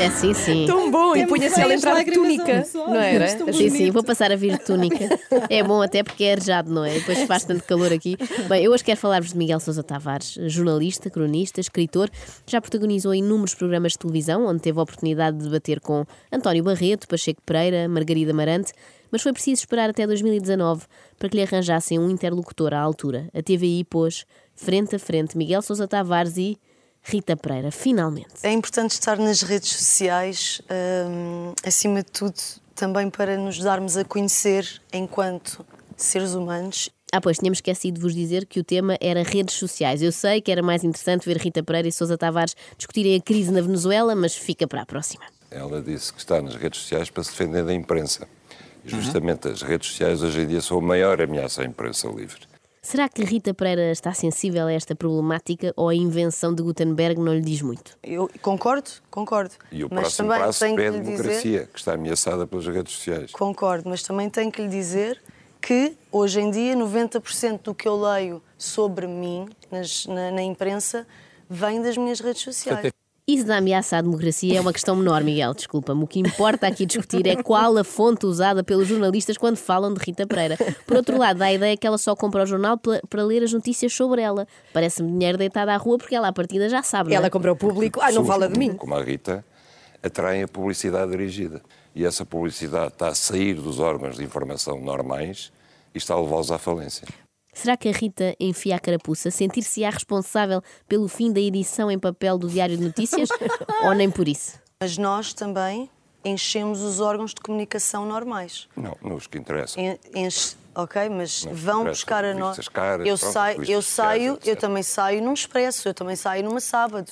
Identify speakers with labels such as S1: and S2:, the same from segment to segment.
S1: É sim, sim. É,
S2: Tão bom, e
S3: Temos
S2: punha-se ela a
S3: várias
S2: entrar de
S3: lágrimas
S2: túnica,
S3: aos olhos,
S2: não era? Assim,
S3: tão
S1: Sim,
S3: bonito.
S1: sim, vou passar a vir de túnica. É bom até porque é arejado, não é? Depois faz tanto calor aqui. Bem, eu hoje quero falar-vos de Miguel Sousa Tavares, jornalista, cronista, escritor. Já protagonizou inúmeros programas de televisão, onde teve a oportunidade de debater com António Barreto, Pacheco Pereira, Margarida Marante. Mas foi preciso esperar até 2019 para que lhe arranjassem um interlocutor à altura. A TVI pôs frente a frente Miguel Sousa Tavares e Rita Pereira, finalmente.
S4: É importante estar nas redes sociais, hum, acima de tudo, também para nos darmos a conhecer enquanto seres humanos.
S1: Ah, pois, tínhamos esquecido de vos dizer que o tema era redes sociais. Eu sei que era mais interessante ver Rita Pereira e Sousa Tavares discutirem a crise na Venezuela, mas fica para a próxima.
S5: Ela disse que está nas redes sociais para se defender da imprensa. E justamente as redes sociais hoje em dia são a maior ameaça à imprensa livre.
S1: Será que Rita Pereira está sensível a esta problemática ou a invenção de Gutenberg não lhe diz muito?
S4: Eu concordo, concordo.
S5: E o
S4: mas
S5: próximo
S4: também
S5: passo
S4: tenho
S5: é
S4: que
S5: a
S4: lhe
S5: democracia,
S4: dizer,
S5: que está ameaçada pelas redes sociais.
S4: concordo, mas também tenho que lhe dizer que hoje em dia 90% do que eu leio sobre mim nas- na, na imprensa vem das minhas redes sociais.
S1: Isso da ameaça à democracia é uma questão menor, Miguel, desculpa-me. O que importa aqui discutir é qual a fonte usada pelos jornalistas quando falam de Rita Pereira. Por outro lado, dá a ideia que ela só compra o jornal pela- para ler as notícias sobre ela. Parece-me dinheiro deitado à rua porque ela, à partida, já sabe. não é?
S2: Ela compra o público, ah, não
S5: Pessoas
S2: fala de
S5: como-
S2: mim.
S5: Como a Rita, atraem a publicidade dirigida. E essa publicidade está a sair dos órgãos de informação normais e está a levá-los à falência.
S1: Será que a Rita enfia a carapuça? Sentir-se-á responsável pelo fim da edição em papel do Diário de Notícias? Ou nem por isso?
S4: Mas nós também enchemos os órgãos de comunicação normais.
S5: Não, nos que interessa.
S4: En- enche- ok, mas
S5: Não,
S4: vão
S5: interessa,
S4: buscar a nós.
S5: revistas caras,
S4: eu
S5: pronto,
S4: saio, eu
S5: revistas
S4: saio,
S5: sociais,
S4: eu
S5: etc.
S4: também saio num expresso, eu também saio numa sábado.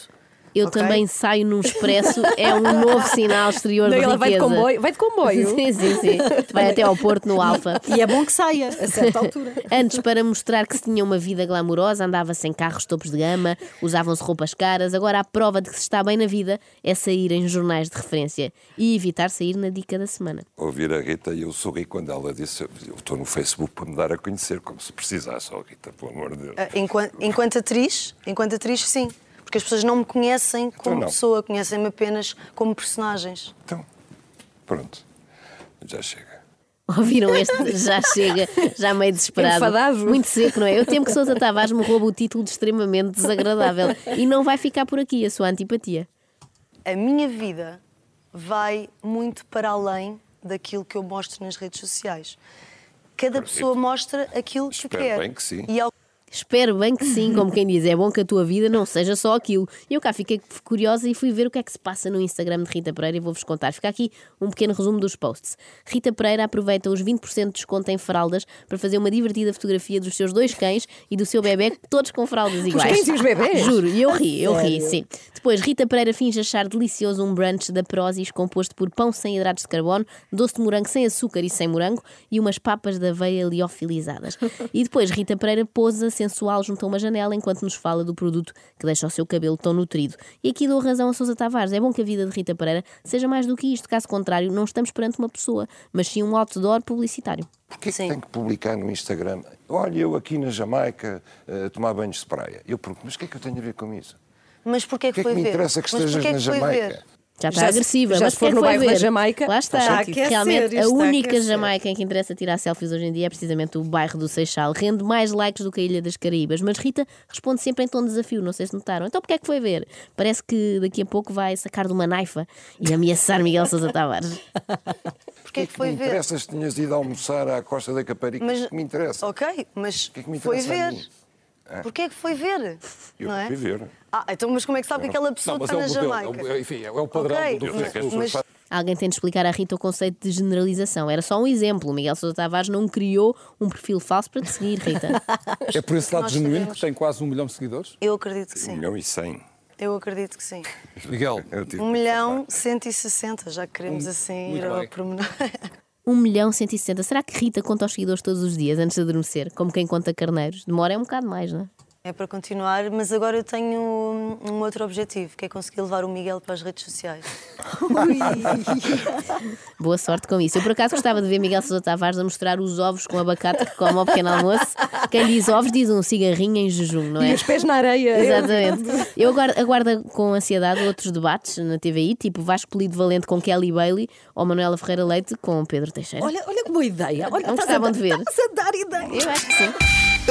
S1: Eu
S4: ok?
S1: também saio num expresso, é um novo sinal exterior
S2: Não,
S1: de
S2: ela vai de
S1: riqueza.
S2: comboio, vai de comboio.
S1: Sim, sim, sim. Vai até ao Porto, no Alfa.
S3: E é bom que saia, a certa altura.
S1: Antes, para mostrar que se tinha uma vida glamourosa, andava-se em carros topos de gama, usavam-se roupas caras. Agora, a prova de que se está bem na vida é sair em jornais de referência e evitar sair na dica da semana.
S5: Ouvir a Rita e eu sorri quando ela disse: Eu estou no Facebook para me dar a conhecer, como se precisasse, oh Rita, pelo amor de Deus.
S4: Ah, Enquanto, enquanto atriz, enquanto atriz, sim. Porque as pessoas não me conhecem como
S5: Então não.
S4: pessoa, conhecem-me apenas como personagens.
S5: Então, pronto, já chega.
S1: Ouviram este? Já chega, já meio desesperado.
S2: Enfadado.
S1: Muito seco, não é? Eu temo que Sousa Tavares me roube o título de extremamente desagradável. E não vai ficar por aqui a sua antipatia.
S4: A minha vida vai muito para além daquilo que eu mostro nas redes sociais. Cada pessoa mostra aquilo que
S5: Espero
S4: quer.
S5: bem que é sim.
S4: E ao
S1: Espero bem que sim, como quem diz, é bom que a tua vida não seja só aquilo. E Eu cá fiquei curiosa e fui ver o que é que se passa no Instagram de Rita Pereira e vou-vos contar. Fica aqui um pequeno resumo dos posts. Rita Pereira aproveita os 20% de desconto em fraldas para fazer uma divertida fotografia dos seus dois cães e do seu bebê, todos com fraldas iguais.
S2: cães e os bebés?
S1: Juro, e eu ri, eu ri,
S3: sério?
S1: sim. Depois, Rita Pereira finge achar delicioso um brunch da Prozis composto por pão sem hidratos de carbono, doce de morango sem açúcar e sem morango e umas papas de aveia liofilizadas. E depois, Rita Pereira pousa sensual junto a uma janela enquanto nos fala do produto que deixa o seu cabelo tão nutrido. E aqui dou razão a Sousa Tavares. É bom que a vida de Rita Pereira seja mais do que isto. Caso contrário, não estamos perante uma pessoa, mas sim um outdoor publicitário.
S5: Porquê que
S4: Sim.
S5: tem que publicar no Instagram? Olha, eu aqui na Jamaica eh, a tomar banhos de praia. Eu pergunto, mas o que é que eu tenho a ver com isso?
S4: Mas porquê é
S5: O
S4: que
S5: que é que
S4: foi
S5: me
S4: ver?
S5: interessa que
S4: Mas
S5: estejas
S4: porquê é
S5: na
S4: que foi
S5: Jamaica?
S4: ver?
S1: Já está
S2: Já se-
S1: agressiva,
S2: já
S1: mas
S2: se for
S1: quem
S2: no
S1: foi
S2: bairro
S1: ver?
S2: da Jamaica, tá
S1: Lá está.
S3: está a aquecer,
S1: Realmente, a
S3: está a
S1: única
S3: aquecer.
S1: Jamaica em que interessa tirar selfies hoje em dia é precisamente o bairro do Seixal. Rende mais likes do que a Ilha das Caraíbas. Mas Rita responde sempre em tom de desafio, não sei se notaram. Então porque é que foi ver? Parece que daqui a pouco vai sacar de uma naifa e ameaçar Miguel Sousa Tavares.
S4: Porquê é que foi
S5: me
S4: ver?
S5: interessa se tinhas ido almoçar à Costa da Caparica? O que é que me interessa?
S4: Ok, mas
S5: que é que me
S4: oh, foi
S5: interessa a
S4: ver.
S5: mim?
S4: Porquê é que foi ver?
S5: Eu
S4: não é?
S5: fui ver.
S4: Ah, então, mas como é que sabe que aquela pessoa
S6: mas
S4: está na
S6: é o modelo, é o-
S4: Jamaica?
S6: é- enfim, é o padrão
S4: Ok,
S6: do
S5: Eu sei que as
S4: mas-
S5: pessoas fazem
S1: Alguém tem de explicar à Rita o conceito de generalização. Era só um exemplo. Miguel Sousa Tavares não criou um perfil falso para te seguir, Rita.
S6: É por esse lado
S4: Nós
S6: genuíno
S4: sabemos.
S6: que tem quase um milhão de seguidores.
S4: Eu acredito que
S5: um
S4: sim.
S5: milhão e cem.
S4: Eu acredito que sim.
S6: Miguel,
S5: Eu tive
S4: Um
S5: que
S4: milhão cento e sessenta, já que queremos assim ir
S6: muito
S4: ao
S6: bem.
S4: pormenor.
S1: 1 milhão 160. Será que Rita conta aos seguidores todos os dias antes de adormecer? Como quem conta carneiros? Demora é um bocado mais, não é?
S4: É para continuar, mas agora eu tenho um, um outro objetivo, que é conseguir levar o Miguel para as redes sociais.
S1: Boa sorte com isso. Eu por acaso gostava de ver Miguel Sousa Tavares a mostrar os ovos com abacate que come ao pequeno almoço. Quem diz ovos diz um cigarrinho em jejum, não é?
S2: E os pés na areia.
S1: Exatamente. Eu aguardo, aguardo com ansiedade outros debates na TVI, tipo Vasco Polido Valente com Kelly Bailey ou Manuela Ferreira Leite com Pedro Teixeira.
S3: Olha, olha que boa ideia. Olha,
S2: É
S1: Não
S3: estás
S1: gostavam
S3: a,
S1: de ver?
S3: Estás a dar ideia.
S1: Eu acho que sim.